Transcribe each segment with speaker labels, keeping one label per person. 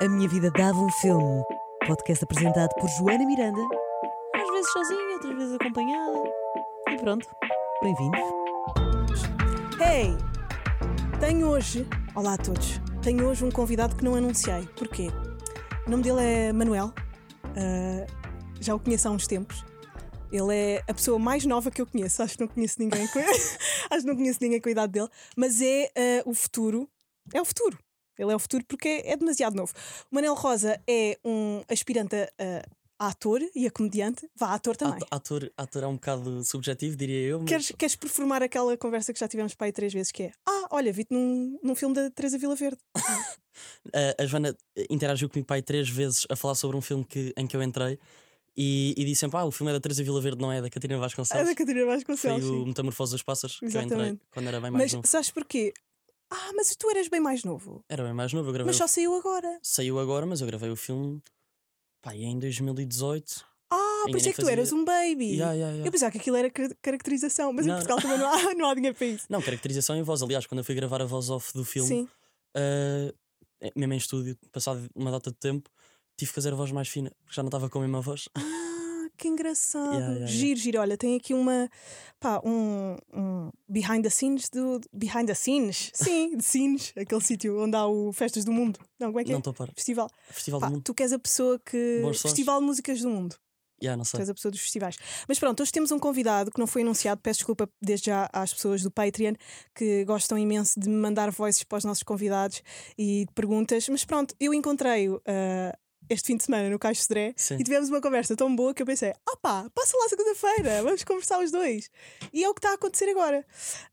Speaker 1: A Minha Vida Dava um Filme. Podcast apresentado por Joana Miranda.
Speaker 2: Às vezes sozinha, outras vezes acompanhada. E pronto.
Speaker 1: Bem-vindos.
Speaker 3: Hey! Tenho hoje. Olá a todos. Tenho hoje um convidado que não anunciei. Porquê? O nome dele é Manuel. Ah, já o conheço há uns tempos. Ele é a pessoa mais nova que eu conheço. Acho que não conheço ninguém com, Acho que não conheço ninguém com a idade dele. Mas é ah, o futuro. É o futuro. Ele é o futuro porque é demasiado novo. O Manel Rosa é um aspirante a, a ator e a comediante. Vá, ator também.
Speaker 4: Ato- Ator, ator é um bocado subjetivo, diria eu. Mas
Speaker 3: Queres, queres performar aquela conversa que já tivemos para aí três vezes, que é Ah, olha, vi-te num, num filme da Teresa Vila Verde.
Speaker 4: a, a Joana eh, interagiu comigo pai três vezes a falar sobre um filme que, em que eu entrei e, e disse sempre: Ah, o filme é da Teresa Vila Verde, não é? Da Catarina
Speaker 3: A
Speaker 4: Vasconcelos.
Speaker 3: da Catarina
Speaker 4: Foi
Speaker 3: Vasconcelos.
Speaker 4: o
Speaker 3: sim.
Speaker 4: Metamorfose dos Pássaros que eu entrei
Speaker 3: Exatamente.
Speaker 4: quando era bem mais
Speaker 3: Mas
Speaker 4: novo.
Speaker 3: sabes porquê? Ah, mas tu eras bem mais novo.
Speaker 4: Era bem mais novo, eu gravei.
Speaker 3: Mas
Speaker 4: o-
Speaker 3: só saiu agora.
Speaker 4: Saiu agora, mas eu gravei o filme pá, e em 2018.
Speaker 3: Ah,
Speaker 4: Ainda
Speaker 3: por isso
Speaker 4: nem
Speaker 3: é que tu
Speaker 4: fazia-
Speaker 3: eras um baby.
Speaker 4: Ya, ya, ya.
Speaker 3: Eu pensava que aquilo era car- caracterização, mas
Speaker 4: Não,
Speaker 3: em Portugal também não há, não há dinheiro para isso.
Speaker 4: Não, caracterização e voz. Aliás, quando eu fui gravar a voz off do filme,
Speaker 3: Sim.
Speaker 4: ah, eh, mesmo em estúdio, passado uma data de tempo, tive que fazer a voz mais fina, porque já não estava com a mesma voz.
Speaker 3: Ah, que engraçado.
Speaker 4: Ya, ya, ya.
Speaker 3: Giro, giro. Olha, tem aqui uma. Pá, um, um behind the scenes do. Behind the scenes? Sim, de scenes. Aquele sítio onde há o Festas do Mundo. Não, como é que
Speaker 4: Não
Speaker 3: é?
Speaker 4: estou a par.
Speaker 3: Festival.
Speaker 4: Festival
Speaker 3: Pá,
Speaker 4: do Mundo.
Speaker 3: tu que és a pessoa que.
Speaker 4: Bons sons.
Speaker 3: Festival de Músicas do Mundo.
Speaker 4: Ya, não sei.
Speaker 3: Tu és a pessoa dos festivais. Mas pronto, hoje temos um convidado que não foi anunciado. Peço desculpa desde já às pessoas do Patreon que gostam imenso de me mandar voices para os nossos convidados e de perguntas. Mas pronto, eu encontrei-o ah, este fim de semana no Caixo Sodré
Speaker 4: Sim.
Speaker 3: e tivemos uma conversa tão boa que eu pensei: opá, passa lá segunda-feira, vamos conversar os dois. E é o que está a acontecer agora.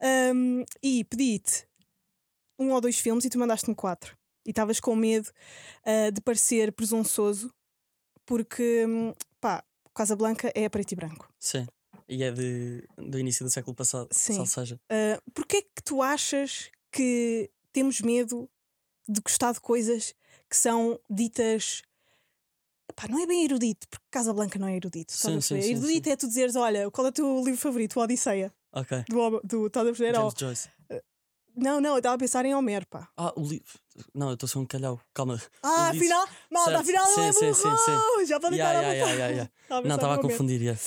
Speaker 3: Ahm, e pedi-te um ou dois filmes e tu mandaste-me quatro. E estavas com medo ah, de parecer presunçoso porque, hum, pá, Casa Blanca é a preto e branco.
Speaker 4: Sim. E é de, do início do século passado.
Speaker 3: Sim.
Speaker 4: Sim. Ou seja,
Speaker 3: Ah, Porquê é que tu achas que temos medo de gostar de coisas que são ditas. Epá, não é bem erudito, porque Casa Blanca não é erudito. estás
Speaker 4: Sim,
Speaker 3: a
Speaker 4: sim,
Speaker 3: perceber?
Speaker 4: sim,
Speaker 3: erudito é tu dizeres: olha, qual é o teu livro favorito? O Odisseia,
Speaker 4: ok.
Speaker 3: do, Homo- do estás a perceber? Ou-
Speaker 4: James Joyce.
Speaker 3: Não, não, eu estava a pensar em Homero, pá.
Speaker 4: Ah, o livro. Não, eu estou a ser um calhau. Calma.
Speaker 3: Ah,
Speaker 4: Ulisses.
Speaker 3: afinal, malta,
Speaker 4: Certo.
Speaker 3: afinal não é
Speaker 4: Sim,
Speaker 3: burro!
Speaker 4: sim, sim,
Speaker 3: Já podem
Speaker 4: Ya,
Speaker 3: estar
Speaker 4: ya,
Speaker 3: à vontade.
Speaker 4: ya, ya, ya.
Speaker 3: Estava a
Speaker 4: Não,
Speaker 3: pensar
Speaker 4: estava
Speaker 3: em
Speaker 4: a
Speaker 3: Homero.
Speaker 4: confundir. ya.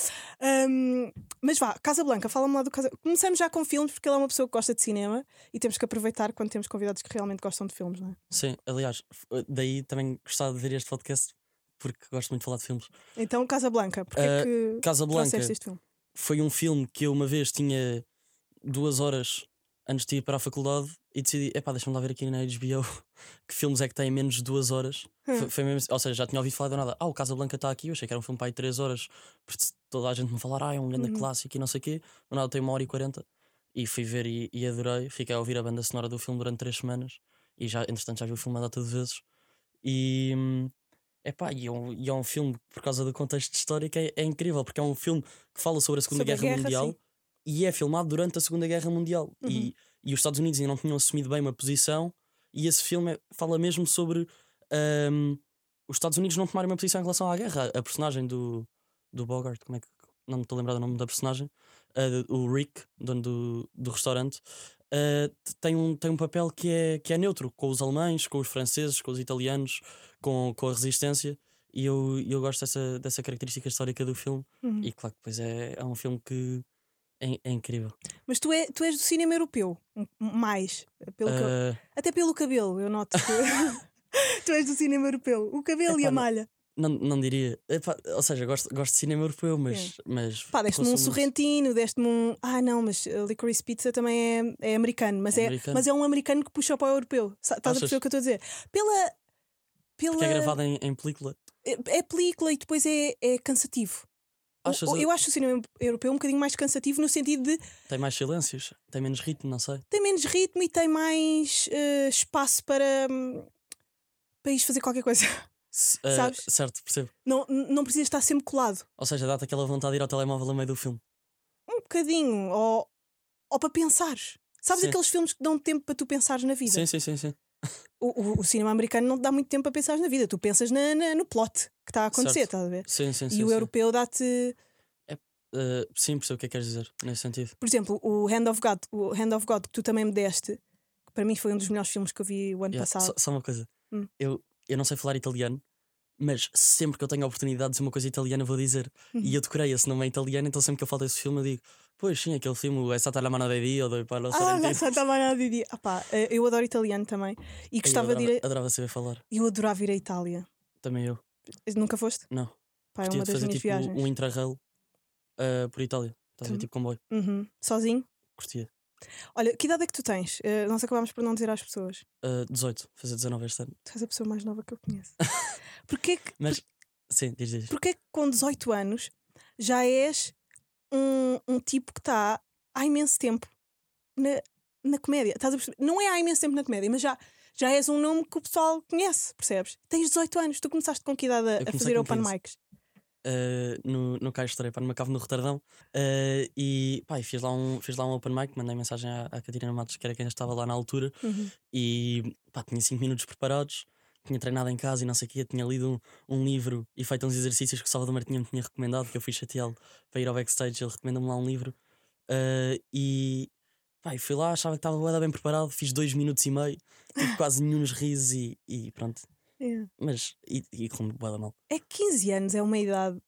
Speaker 3: Hum, mas vá, Casa Blanca, fala-me lá do Casa Começamos já com filmes, porque ele é uma pessoa que gosta de cinema e temos que aproveitar quando temos convidados que realmente gostam de filmes, não é?
Speaker 4: Sim, aliás, f- daí também gostava de ver este podcast porque gosto muito de falar de filmes.
Speaker 3: Então, Casa Blanca, porque é
Speaker 4: Ah,
Speaker 3: que
Speaker 4: Casa Blanca
Speaker 3: trouxeste este filme?
Speaker 4: foi um filme que eu uma vez tinha duas horas antes de ir para a faculdade e decidi, epá, deixa-me lá ver aqui na HBO que filmes é que têm menos de duas horas.
Speaker 3: Hum.
Speaker 4: Foi, foi mesmo, assim, ou seja, já tinha ouvido falar do nada. Ah, o Casa Blanca está aqui, eu achei que era um filme para aí três horas, porque toda a gente me falar, ah, é um grande
Speaker 3: Uhum.
Speaker 4: clássico e não sei o quê. Do nada tem uma hora e quarenta. E fui ver e, e adorei. Fiquei a ouvir a banda sonora do filme durante três semanas e já, entretanto, já vi o filme uma data de vezes. E. hum, Epá, e é, um, e é um filme, que, por causa do contexto histórico, é, é incrível, porque é um filme que fala sobre a Segunda
Speaker 3: Sobre a
Speaker 4: Guerra,
Speaker 3: guerra,
Speaker 4: Mundial
Speaker 3: sim.
Speaker 4: e é filmado durante a Segunda Guerra Mundial. E, e os Estados Unidos ainda não tinham assumido bem uma posição, e esse filme é- fala mesmo sobre ahm, os Estados Unidos não tomarem uma posição em relação à guerra. A personagem do, do Bogart, como é que. Não me estou a lembrar do nome da personagem, ah, de- o Rick, dono do, do restaurante, ah, t- tem, um, tem um papel que é, que é neutro com os alemães, com os franceses, com os italianos, com, com a resistência. E eu, eu gosto dessa, dessa característica histórica do filme.
Speaker 3: Uhum.
Speaker 4: E claro que depois é, é um filme que é, é incrível.
Speaker 3: Mas tu, é, tu és do cinema europeu, m- mais. eh, Pelo que eu-
Speaker 4: Ah,
Speaker 3: Até pelo cabelo, eu noto que. tu és do cinema europeu. O cabelo e
Speaker 4: Epá,
Speaker 3: a
Speaker 4: não-
Speaker 3: malha.
Speaker 4: não, não diria. Epá, ou seja, gosto, gosto de cinema europeu, mas. mas
Speaker 3: Pá, deste-me um
Speaker 4: consumo-
Speaker 3: sorrentino, deste-me um. Ah, não, mas uh, Licorice Pizza também é, é americano, mas
Speaker 4: É
Speaker 3: é,
Speaker 4: americano.
Speaker 3: mas é um americano que puxa para o europeu. Sa- Estás a perceber
Speaker 4: Achas?
Speaker 3: o que eu estou a dizer? Pela. pela
Speaker 4: Que é gravado em, em película.
Speaker 3: é, é película e depois é, é cansativo. O-
Speaker 4: Achas?
Speaker 3: o- eu acho o cinema europeu um bocadinho mais cansativo no sentido de
Speaker 4: Tem mais silêncios, tem menos ritmo, não sei.
Speaker 3: tem menos ritmo e tem mais eh, espaço para, hum, para isto fazer qualquer coisa.
Speaker 4: Se- ah,
Speaker 3: Sabes?
Speaker 4: Certo, percebo.
Speaker 3: Não, não precisa estar sempre colado.
Speaker 4: Ou seja, dá-te aquela vontade de ir ao telemóvel a meio do filme.
Speaker 3: Um bocadinho, ou, ou para pensar. Sabes
Speaker 4: Sim.
Speaker 3: aqueles filmes que dão tempo para tu pensares na vida?
Speaker 4: Sim, sim, sim, sim.
Speaker 3: O, o- o cinema americano não te dá muito tempo para pensar na vida. Tu pensas na, na- no plot que está a acontecer,
Speaker 4: Certo.
Speaker 3: estás a ver?
Speaker 4: Sim, sim, sim.
Speaker 3: e o
Speaker 4: sim.
Speaker 3: europeu dá-te.
Speaker 4: Ah, sim, percebo o que é que queres dizer, nesse sentido.
Speaker 3: Por exemplo, o Hand of God, o Hand of God que tu também me deste, que para mim foi um dos melhores filmes que eu vi o ano
Speaker 4: Yeah,
Speaker 3: passado.
Speaker 4: Só, só uma coisa.
Speaker 3: Hum.
Speaker 4: Eu, eu não sei falar italiano, mas sempre que eu tenho a oportunidade de dizer uma coisa italiana, eu vou dizer.
Speaker 3: Uhum.
Speaker 4: E eu decorei esse nome em italiano, então sempre que eu falo desse filme, eu digo: Pois sim, aquele filme, o Essa la mano de Dio, do Paulo
Speaker 3: Ah,
Speaker 4: Sorrentino.
Speaker 3: não estava nada de Ah, pá, eh, eu adoro italiano também. E
Speaker 4: Ai,
Speaker 3: gostava
Speaker 4: eu
Speaker 3: de
Speaker 4: adorava,
Speaker 3: ir. A...
Speaker 4: adorava saber falar.
Speaker 3: Eu adorava ir à Itália.
Speaker 4: Também eu.
Speaker 3: Nunca foste?
Speaker 4: Não.
Speaker 3: Pá, é
Speaker 4: Gostaria
Speaker 3: uma
Speaker 4: de
Speaker 3: das
Speaker 4: fazer
Speaker 3: minhas
Speaker 4: tipo
Speaker 3: viagens.
Speaker 4: um intrarrail ah, por Itália. Estás a ver
Speaker 3: Tam-
Speaker 4: tipo comboio.
Speaker 3: Uhum. Sozinho?
Speaker 4: Curtia.
Speaker 3: Olha, que idade é que tu tens? Eh, nós acabámos por não dizer às pessoas.
Speaker 4: Ah, 18, fazer 19 este ano.
Speaker 3: Tu és a pessoa mais nova que eu conheço. Porquê que,
Speaker 4: Mas, sim, diz, diz.
Speaker 3: porquê que com 18 anos já és um, um tipo que está há imenso tempo na, na comédia? Estás a perceber? Não é há imenso tempo na comédia, mas já, já és um nome que o pessoal conhece, percebes? Tens 18 anos, tu começaste com que idade a, a
Speaker 4: comecei
Speaker 3: fazer
Speaker 4: com
Speaker 3: open
Speaker 4: 15.
Speaker 3: mics?
Speaker 4: Ah, no, no Caio Estreia, pá, numa cave no Rotardão. Ah, e, pá, e fiz lá, um, fiz lá um open mic, mandei mensagem à, à Catarina Matos, que era quem estava lá na altura.
Speaker 3: Uhum.
Speaker 4: E, pá, tinha 5 minutos preparados. Tinha treinado em casa e não sei o quê, tinha lido um, um livro e feito uns exercícios que o Salvador Martinha me tinha recomendado, que eu fui chateá-lo para ir ao backstage, ele recomenda-me lá um livro. Ah, e pá, e fui lá, achava que estava bué da bem preparado, fiz dois minutos e meio, tive quase nenhum nos risos e, e pronto.
Speaker 3: É.
Speaker 4: Mas, e, e correu-me bué da mal.
Speaker 3: É que 15 anos é uma idade.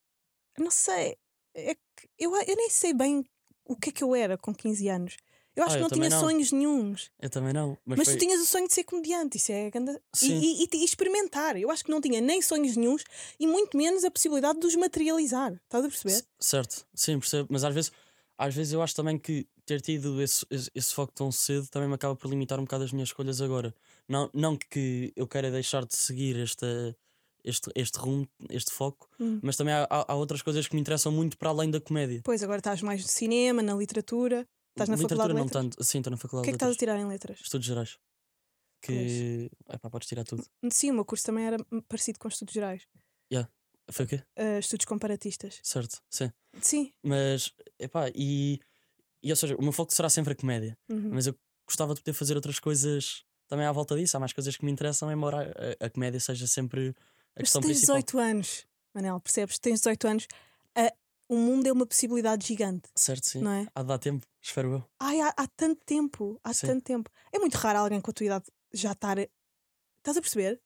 Speaker 3: Não sei. É que eu, eu nem sei bem o que é que eu era com 15 anos. Eu acho
Speaker 4: Ah,
Speaker 3: que
Speaker 4: eu
Speaker 3: não tinha
Speaker 4: também não.
Speaker 3: sonhos nenhuns.
Speaker 4: Eu também não, mas,
Speaker 3: Mas,
Speaker 4: foi-
Speaker 3: tu tinhas o sonho de ser comediante, isso é grande. e-
Speaker 4: Sim.
Speaker 3: E, e- e experimentar. Eu acho que não tinha nem sonhos nenhuns e muito menos a possibilidade de os materializar. Estás a perceber?
Speaker 4: C- Certo, sim, percebo. Mas às vezes, às vezes eu acho também que ter tido esse, esse, esse foco tão cedo também me acaba por limitar um bocado as minhas escolhas agora. Não, não que eu queira deixar de seguir esta, este, este rumo, este foco,
Speaker 3: Hum.
Speaker 4: mas também há, há- há outras coisas que me interessam muito para além da comédia.
Speaker 3: Pois agora estás mais no cinema, na literatura. Estás na
Speaker 4: Literatura
Speaker 3: faculdade de
Speaker 4: não
Speaker 3: letras.
Speaker 4: tanto. Sim, estou na
Speaker 3: O
Speaker 4: faculdade
Speaker 3: que é que
Speaker 4: de
Speaker 3: estás a
Speaker 4: letras.
Speaker 3: tirar em letras?
Speaker 4: Estudos gerais. Que. Epá, podes tirar tudo.
Speaker 3: Sim, o meu curso também era parecido com estudos gerais.
Speaker 4: Foi o quê?
Speaker 3: Ah, estudos comparatistas.
Speaker 4: Certo, sim.
Speaker 3: Sim.
Speaker 4: Mas, epá, e. E ou seja, o meu foco será sempre a comédia.
Speaker 3: Uhum.
Speaker 4: mas eu gostava de poder fazer outras coisas também à volta disso. Há mais coisas que me interessam, embora a, a comédia seja sempre a
Speaker 3: Mas
Speaker 4: questão
Speaker 3: tu tens
Speaker 4: principal.
Speaker 3: 18 anos, Manel, percebes? Tu Tens 18 anos. Ah, o mundo é uma possibilidade gigante,
Speaker 4: Certo, sim.
Speaker 3: não é?
Speaker 4: Há de dar tempo, espero eu.
Speaker 3: Ai, há, há tanto tempo, há
Speaker 4: Sim.
Speaker 3: tanto tempo. É muito raro alguém com a tua idade já estar. Estás a perceber?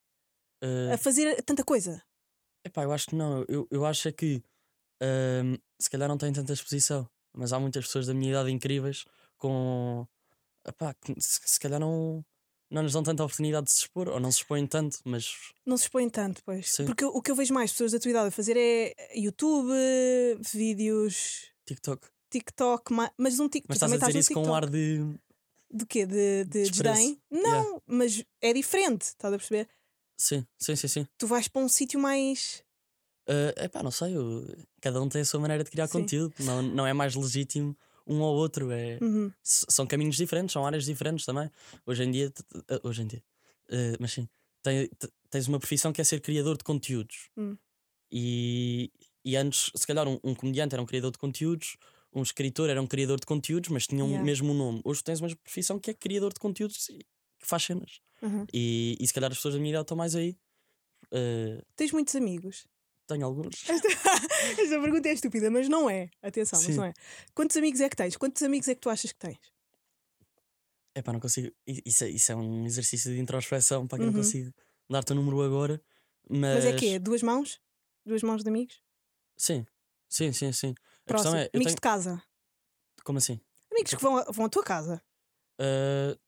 Speaker 4: Eh,
Speaker 3: A fazer tanta coisa.
Speaker 4: epá, eu acho que não. Eu, eu acho é que ahm, se calhar não tem tanta exposição, mas há muitas pessoas da minha idade incríveis com. Epá, que se, se calhar não, não nos dão tanta oportunidade de se expor, ou não se expõem tanto, mas.
Speaker 3: Não se expõem tanto, pois.
Speaker 4: Sim.
Speaker 3: Porque o que eu vejo mais pessoas da tua idade a fazer é YouTube, vídeos,
Speaker 4: TikTok.
Speaker 3: TikTok, ma- mas um TikTok.
Speaker 4: Mas estás a dizer isso com um ar de.
Speaker 3: De quê? De, de
Speaker 4: desprezo.
Speaker 3: desdém? Não,
Speaker 4: Yeah.
Speaker 3: mas é diferente, estás a perceber?
Speaker 4: Sim, sim, sim, sim.
Speaker 3: Tu vais para um sítio mais.
Speaker 4: Uh, epá, não sei, eu- cada um tem a sua maneira de criar
Speaker 3: Sim.
Speaker 4: conteúdo, não, não é mais legítimo um ou outro, é,
Speaker 3: Uhum.
Speaker 4: s- são caminhos diferentes, são áreas diferentes também. Hoje em dia, t- t- eh, hoje em dia, eh, mas sim, tem- t- tens uma profissão que é ser criador de conteúdos.
Speaker 3: Hum.
Speaker 4: E, e antes, se calhar, um, um comediante era um criador de conteúdos, um escritor era um criador de conteúdos, mas tinham
Speaker 3: Yeah.
Speaker 4: o mesmo nome. Hoje tens uma profissão que é criador de conteúdos e que faz cenas.
Speaker 3: Uhum.
Speaker 4: E, e se calhar as pessoas da minha idade estão mais aí. Eh,
Speaker 3: Tens muitos amigos?
Speaker 4: tenho alguns.
Speaker 3: Esta, esta pergunta é estúpida, mas não é. Atenção, mas
Speaker 4: Sim.
Speaker 3: não é. Quantos amigos é que tens? Quantos amigos é que tu achas que tens?
Speaker 4: É pá, não consigo. i- Isso é, isso é um exercício de introspecção para que
Speaker 3: Uhum.
Speaker 4: não consigo dar-te o número agora. Mas,
Speaker 3: Mas é que é? Duas mãos? Duas mãos de amigos?
Speaker 4: Sim, sim, sim, sim. A questão
Speaker 3: Próximo.
Speaker 4: é. eu
Speaker 3: amigos
Speaker 4: tenho-
Speaker 3: de casa.
Speaker 4: Como assim?
Speaker 3: Amigos que vão, a- vão à tua casa.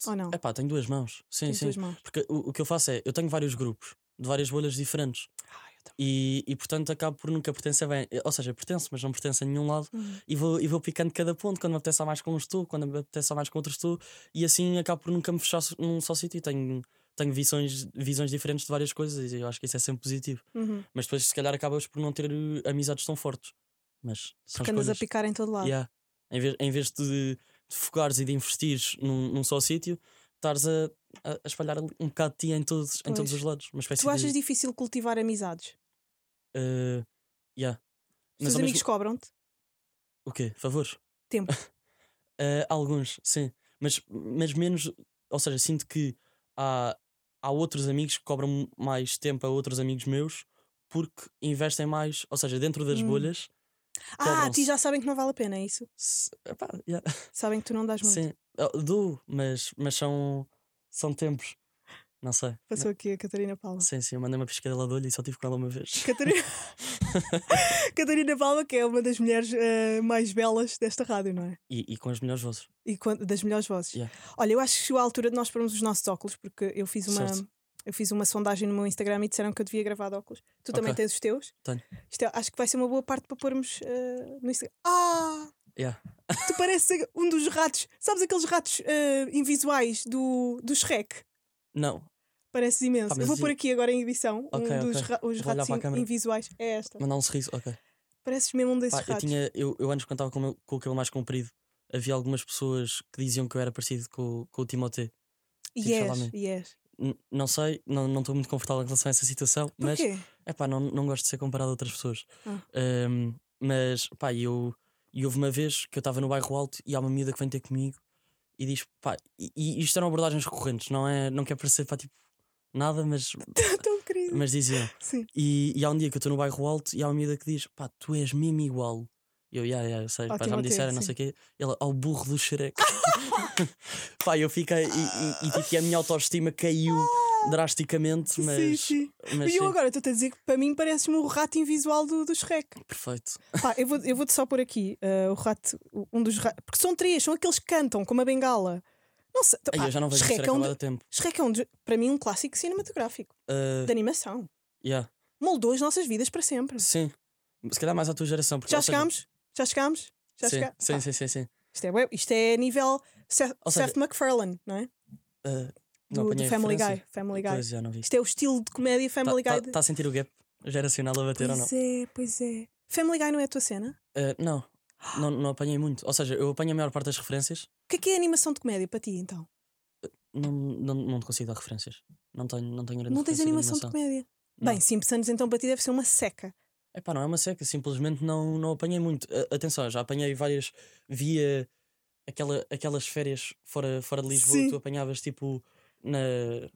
Speaker 3: Ou não?
Speaker 4: É pá, tenho duas mãos. Sim,
Speaker 3: Tens
Speaker 4: sim.
Speaker 3: duas mãos.
Speaker 4: Porque o, o que eu faço é. Eu tenho vários grupos, de várias bolhas diferentes.
Speaker 3: Ah, eu também.
Speaker 4: E, e portanto acabo por nunca pertencer bem. Ou seja, pertenço, mas não pertenço a nenhum lado.
Speaker 3: Uhum.
Speaker 4: E vou, e vou picando cada ponto. Quando me apetece a mais com um estou, quando me apetece a mais com outro estou. E assim acabo por nunca me fechar so- num só sítio. E tenho, tenho visões, visões diferentes de várias coisas. E eu acho que isso é sempre positivo.
Speaker 3: Uhum.
Speaker 4: Mas depois, se calhar, acabas por não ter eh, amizades tão fortes. Mas são
Speaker 3: Porque andas a
Speaker 4: escolhas.
Speaker 3: picar em todo lado.
Speaker 4: Yeah. Em vez, em vez de, de focares e de investires num, num só sítio, estares a, a, a espalhar ali um bocado de ti em todos, em
Speaker 3: Pois.
Speaker 4: todos os lados. Uma espécie
Speaker 3: Tu achas
Speaker 4: de.
Speaker 3: difícil cultivar amizades?
Speaker 4: eh, yeah.
Speaker 3: Os teus
Speaker 4: ao
Speaker 3: amigos
Speaker 4: mesmo-
Speaker 3: cobram-te?
Speaker 4: O quê? Favores?
Speaker 3: Tempo.
Speaker 4: Eh, alguns, sim. Mas, mas menos. Ou seja, sinto que há, há outros amigos que cobram mais tempo a outros amigos meus porque investem mais. Ou seja, dentro das
Speaker 3: Hum.
Speaker 4: bolhas.
Speaker 3: Ah, a ti
Speaker 4: Cobram-se.
Speaker 3: já sabem que não vale a pena, é isso?
Speaker 4: se- epá, yeah.
Speaker 3: Sabem que tu não dás muito.
Speaker 4: Sim, Ah, dou, mas, mas são, são tempos. Não sei.
Speaker 3: Passou aqui a Catarina Palma.
Speaker 4: Sim, sim, eu mandei uma piscadela de olho e só tive com ela uma vez.
Speaker 3: Catarina... Catarina Palma, que é uma das mulheres eh, mais belas desta rádio, não é?
Speaker 4: E, e com as melhores vozes.
Speaker 3: E quan- das melhores vozes.
Speaker 4: Yeah.
Speaker 3: Olha, eu acho que chegou a altura de nós pormos os nossos óculos, porque eu fiz uma.
Speaker 4: Certo.
Speaker 3: Eu fiz uma sondagem no meu Instagram e disseram que eu devia gravar de óculos. Tu também
Speaker 4: Ok.
Speaker 3: tens os teus?
Speaker 4: Tenho.
Speaker 3: Isto é- acho que vai ser uma boa parte para pormos eh, no Instagram. Ah!
Speaker 4: Yeah.
Speaker 3: Tu pareces um dos ratos. Sabes aqueles ratos eh, invisuais do, do Shrek?
Speaker 4: Não,
Speaker 3: Pareces imenso.
Speaker 4: Ah, mas
Speaker 3: eu vou
Speaker 4: e-
Speaker 3: pôr aqui agora em edição
Speaker 4: Ok,
Speaker 3: um dos
Speaker 4: ok.
Speaker 3: ra- os
Speaker 4: Vou olhar
Speaker 3: ratos
Speaker 4: para a
Speaker 3: in-
Speaker 4: câmera.
Speaker 3: invisuais. É esta.
Speaker 4: mandar um sorriso, ok.
Speaker 3: Pareces mesmo um desses
Speaker 4: Pá, Ah, eu,
Speaker 3: ratos.
Speaker 4: tinha, eu, eu antes, quando estava com, o meu- com o cabelo mais comprido, havia algumas pessoas que diziam que eu era parecido com, o- com o Timothée.
Speaker 3: E
Speaker 4: tinha
Speaker 3: és,
Speaker 4: falado-me.
Speaker 3: e és.
Speaker 4: N- não sei, não não estou muito confortável em relação a essa situação, mas
Speaker 3: Porquê?
Speaker 4: é pá, não, não gosto de ser comparado a outras pessoas.
Speaker 3: Ah.
Speaker 4: Ahm, mas pá, eu, e houve uma vez que eu estava no bairro alto e há uma miúda que vem ter comigo e diz pá, e, e isto eram abordagens recorrentes, não é? Não quer parecer pá, tipo nada, mas,
Speaker 3: Tão querido.
Speaker 4: mas diziam.
Speaker 3: Sim.
Speaker 4: E, e há um dia que eu estou no bairro alto e há uma miúda que diz: pá, tu és mesmo igual. E eu, yeah, yeah, sei,
Speaker 3: Ao
Speaker 4: pá, já me
Speaker 3: Timoteo,
Speaker 4: disseram, não
Speaker 3: sim.
Speaker 4: sei o quê. E Ela, ao burro do xereco. pá, eu fiquei. E, e, e, tipo, e a minha autoestima caiu drasticamente, mas.
Speaker 3: sim, sim.
Speaker 4: mas
Speaker 3: e eu
Speaker 4: sim,
Speaker 3: agora estou-te a dizer que para mim pareces-me o rato invisual do, do Shrek.
Speaker 4: perfeito.
Speaker 3: Pá, eu vou- eu vou-te só pôr aqui eh, o rato, o- um dos ratos. Porque são três, são aqueles que cantam, como a bengala. Não sei. tá-
Speaker 4: Aí
Speaker 3: pá,
Speaker 4: eu já não vejo o
Speaker 3: Shrek
Speaker 4: xereco
Speaker 3: é
Speaker 4: há
Speaker 3: um
Speaker 4: bué
Speaker 3: do-
Speaker 4: de tempo.
Speaker 3: Shrek é, um, dos- para mim, um clássico cinematográfico,
Speaker 4: Ah,
Speaker 3: de animação.
Speaker 4: yeah,
Speaker 3: Moldou as nossas vidas para sempre.
Speaker 4: Sim. Se calhar mais à tua geração. Porque,
Speaker 3: Já
Speaker 4: ou seja,
Speaker 3: chegámos? Já chegámos? Já
Speaker 4: sim,
Speaker 3: chegámos?
Speaker 4: sim, sim, sim, sim.
Speaker 3: Isto é, bué- isto é nível Seth,
Speaker 4: Ou seja-
Speaker 3: Seth McFarlane, não é?
Speaker 4: Ah, não
Speaker 3: Do, do
Speaker 4: apanhei a
Speaker 3: Family Guy.
Speaker 4: referência.
Speaker 3: Family Guy.
Speaker 4: Pois já não vi.
Speaker 3: Isto é o estilo de comédia Family
Speaker 4: Está
Speaker 3: Guy. de-
Speaker 4: tá a sentir o gap geracional a bater ou não?
Speaker 3: Pois é, pois é. Family Guy não é a tua cena?
Speaker 4: Ah, não, não, não apanhei muito. Ou seja, eu apanho a maior parte das referências,
Speaker 3: O que é que é animação de comédia para ti, então?
Speaker 4: não, não, não te consigo dar referências. Não tenho, não tenho grande
Speaker 3: Não tens
Speaker 4: referência de
Speaker 3: animação de comédia? Bem,
Speaker 4: Não.
Speaker 3: Simpsons então para ti deve ser uma seca.
Speaker 4: Epá, não é uma seca, simplesmente não, não apanhei muito. A- atenção, já apanhei várias. Via aquela, aquelas férias fora, fora de Lisboa,
Speaker 3: Sim.
Speaker 4: tu apanhavas tipo na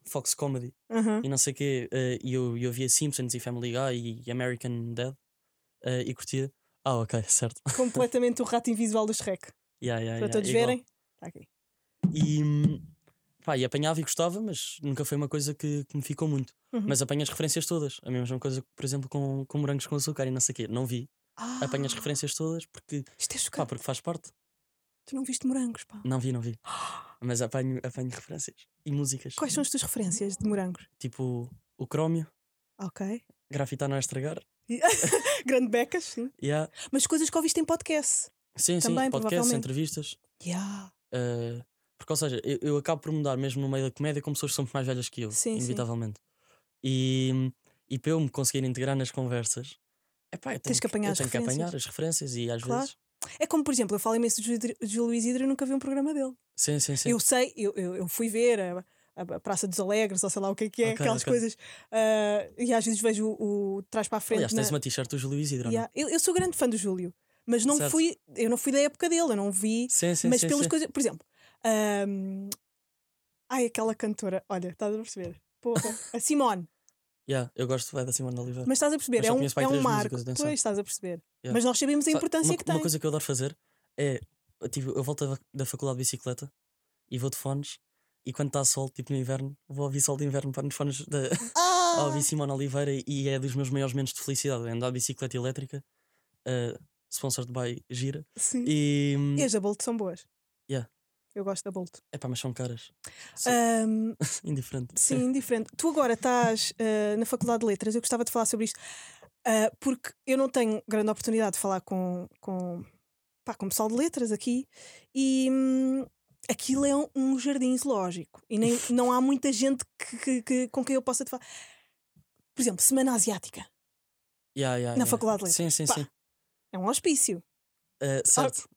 Speaker 4: Fox Comedy
Speaker 3: Aham.
Speaker 4: e não sei o quê. eh, e eu, eu via Simpsons e Family Guy e American Dad eh, e curtia. Ah, ok, certo.
Speaker 3: Completamente o rato invisual do Shrek.
Speaker 4: Yeah, yeah,
Speaker 3: para
Speaker 4: yeah,
Speaker 3: todos
Speaker 4: É, igual.
Speaker 3: verem. Está aqui.
Speaker 4: E, hum, pá, e apanhava e gostava, mas nunca foi uma coisa que, que me ficou muito.
Speaker 3: Uhum.
Speaker 4: Mas apanho as referências todas. A mesma coisa, por exemplo, com, com morangos com açúcar e não sei o quê. Não vi.
Speaker 3: Ah,
Speaker 4: Apanho as referências todas porque,
Speaker 3: Isto é
Speaker 4: pá,
Speaker 3: chocante.
Speaker 4: porque faz parte.
Speaker 3: Tu não viste morangos, pá.
Speaker 4: Não vi, não vi. Mas apanho, apanho referências e músicas.
Speaker 3: Quais são as tuas referências de morangos?
Speaker 4: Tipo o crómio,
Speaker 3: Ok.
Speaker 4: grafitar não é estragar.
Speaker 3: Grande becas, sim.
Speaker 4: Yeah.
Speaker 3: Mas coisas que ouviste em podcast.
Speaker 4: Sim,
Speaker 3: Também,
Speaker 4: sim, podcasts,
Speaker 3: provavelmente.
Speaker 4: entrevistas.
Speaker 3: Yeah.
Speaker 4: Uh, porque, ou seja, eu, eu acabo por mudar mesmo no meio da comédia com pessoas que são muito mais velhas que eu,
Speaker 3: Sim, sim.
Speaker 4: inevitavelmente. E, e para eu me conseguir integrar nas conversas, epá, eu tenho,
Speaker 3: Tens que apanhar
Speaker 4: eu
Speaker 3: as
Speaker 4: tenho que
Speaker 3: referências.
Speaker 4: apanhar as referências e às
Speaker 3: Claro.
Speaker 4: vezes.
Speaker 3: É como, por exemplo, eu falo imenso de Ju- de Ju- Luís Hidra e nunca vi um programa dele.
Speaker 4: Sim, sim, sim.
Speaker 3: Eu sei, eu, eu, eu fui ver a, a- a Praça dos Alegres, ou sei lá o que é que é,
Speaker 4: Ok,
Speaker 3: aquelas
Speaker 4: ok.
Speaker 3: coisas. ah, e às vezes vejo o, o trás para a frente.
Speaker 4: Aliás,
Speaker 3: na-
Speaker 4: tens uma t-shirt do Júlio Isidro.
Speaker 3: Yeah. Eu, eu sou grande fã do Júlio, mas não
Speaker 4: Certo.
Speaker 3: fui, eu não fui da época dele, eu não vi
Speaker 4: Sim, sim,
Speaker 3: mas
Speaker 4: sim.
Speaker 3: pelas
Speaker 4: sim.
Speaker 3: coisas, por exemplo, hum, ai, aquela cantora, olha, estás a perceber? Porra, a Simone,
Speaker 4: Yeah, eu gosto vai, da Simone Oliveira.
Speaker 3: mas estás a perceber,
Speaker 4: Mas
Speaker 3: é
Speaker 4: só
Speaker 3: um,
Speaker 4: conheço para
Speaker 3: é
Speaker 4: aí
Speaker 3: um
Speaker 4: três
Speaker 3: marco,
Speaker 4: músicas, atenção.
Speaker 3: pois estás a perceber.
Speaker 4: Yeah.
Speaker 3: Mas nós sabemos a
Speaker 4: Sabe,
Speaker 3: importância
Speaker 4: uma,
Speaker 3: que
Speaker 4: uma
Speaker 3: tem.
Speaker 4: coisa que eu adoro fazer é. Tipo, eu volto da, da faculdade de bicicleta e vou de fones. E quando está sol, tipo no inverno, vou ouvir sol de inverno para nos fones da,
Speaker 3: Ah,
Speaker 4: ouvi Simone Oliveira e é dos meus maiores momentos de felicidade. Andar de bicicleta elétrica, eh, sponsored by Gira.
Speaker 3: sim.
Speaker 4: E.
Speaker 3: E as da Bolt são boas.
Speaker 4: Yeah.
Speaker 3: Eu gosto da Bolt.
Speaker 4: Epá, mas são caras. Sim.
Speaker 3: Hum,
Speaker 4: Indiferente.
Speaker 3: sim, indiferente. Tu agora estás ah, na Faculdade de Letras, eu gostava de falar sobre isto, ah, porque eu não tenho grande oportunidade de falar com, com, pá, com o pessoal de letras aqui e. hum, Aquilo é um- um jardim zoológico e nem, não há muita gente que- que- que- com quem eu possa te falar. Por exemplo, Semana Asiática
Speaker 4: Yeah, yeah,
Speaker 3: na
Speaker 4: yeah.
Speaker 3: Faculdade de Letras.
Speaker 4: Sim, sim,
Speaker 3: Pá.
Speaker 4: sim.
Speaker 3: É um hospício.
Speaker 4: Eh, certo.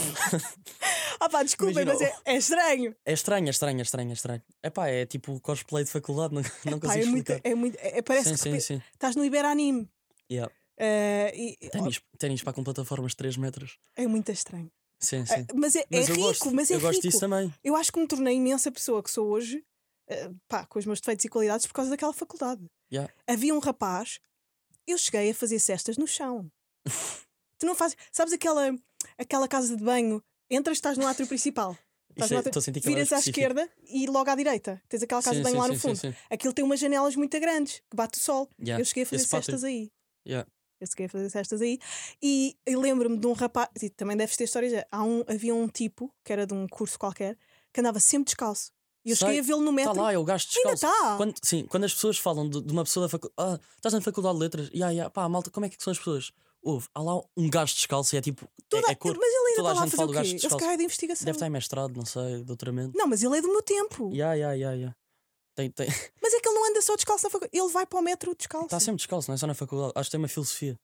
Speaker 3: Ah pá, desculpem,
Speaker 4: Imagina
Speaker 3: mas é, é estranho.
Speaker 4: É estranho, é estranho, é estranho, é estranho. Epá, é tipo cosplay de faculdade, não, não
Speaker 3: Pá,
Speaker 4: consigo
Speaker 3: é muito,
Speaker 4: explicar.
Speaker 3: é muito, é- parece
Speaker 4: sim,
Speaker 3: que
Speaker 4: sim,
Speaker 3: pe-
Speaker 4: sim.
Speaker 3: estás no Iberanime.
Speaker 4: Yeah.
Speaker 3: Ah, e-
Speaker 4: Ténis- Ténis para com plataformas de 3 metros.
Speaker 3: é muito estranho.
Speaker 4: Sim,
Speaker 3: Ah,
Speaker 4: sim.
Speaker 3: Mas é, é
Speaker 4: Mas eu
Speaker 3: rico,
Speaker 4: gosto,
Speaker 3: mas é
Speaker 4: eu
Speaker 3: rico.
Speaker 4: gosto disso também.
Speaker 3: Eu acho que me tornei imensa pessoa que sou hoje, eh, pá, com os meus defeitos e qualidades, por causa daquela faculdade.
Speaker 4: Yeah.
Speaker 3: Havia um rapaz, eu cheguei a fazer cestas no chão. tu não fazes. Sabes aquela, aquela casa de banho? Entras, estás no átrio principal. Estás
Speaker 4: Isso é-
Speaker 3: a bater-
Speaker 4: Estou a sentir que é
Speaker 3: Viras à
Speaker 4: específico.
Speaker 3: esquerda e logo à direita. Tens aquela casa de
Speaker 4: Sim,
Speaker 3: banho
Speaker 4: sim,
Speaker 3: lá
Speaker 4: sim,
Speaker 3: no
Speaker 4: sim,
Speaker 3: fundo.
Speaker 4: sim.
Speaker 3: Aquilo tem umas janelas muito grandes que bate o sol.
Speaker 4: Yeah,
Speaker 3: Eu cheguei a fazer
Speaker 4: esse pátio.
Speaker 3: cestas aí.
Speaker 4: Yeah.
Speaker 3: Eu cheguei a fazer cestas aí. E, e lembro-me de um rapaz, e também deves ter histórias. já. Há um, havia um tipo, que era de um curso qualquer, que andava sempre descalço. E eu
Speaker 4: Sei.
Speaker 3: cheguei a vê-lo no metro.
Speaker 4: Está lá, é o gajo
Speaker 3: Ainda tá.
Speaker 4: descalço.
Speaker 3: está!
Speaker 4: Quando, sim, quando as pessoas falam de, de uma pessoa da faculdade. Ah, estás na faculdade de letras? Ya, ya, pá, malta, como é que são as pessoas? Houve, há lá um gajo descalço e é tipo.
Speaker 3: Toda-
Speaker 4: é, é cor.
Speaker 3: mas ele ainda
Speaker 4: toda a
Speaker 3: está lá a fazer
Speaker 4: gente fala
Speaker 3: o
Speaker 4: do gajo
Speaker 3: quê? Ele se
Speaker 4: descalço.
Speaker 3: calhar é de investigação.
Speaker 4: Deve estar em mestrado, não sei, doutoramento.
Speaker 3: Não, mas ele é do meu tempo.
Speaker 4: Ya, ya, ya, ya. Tem, tem,
Speaker 3: Mas é que ele não anda só descalço na faculdade. Ele vai para o metro descalço.
Speaker 4: Está sempre descalço, não é só na faculdade. Acho que tem uma filosofia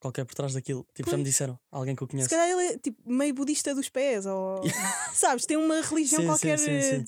Speaker 4: qualquer por trás daquilo. Tipo, já me
Speaker 3: Pois.
Speaker 4: disseram, alguém que eu
Speaker 3: Se
Speaker 4: conheço.
Speaker 3: calhar ele é tipo meio budista dos pés, ou sabes, tem uma religião
Speaker 4: Sim, sim,
Speaker 3: qualquer
Speaker 4: sim, sim.
Speaker 3: eh,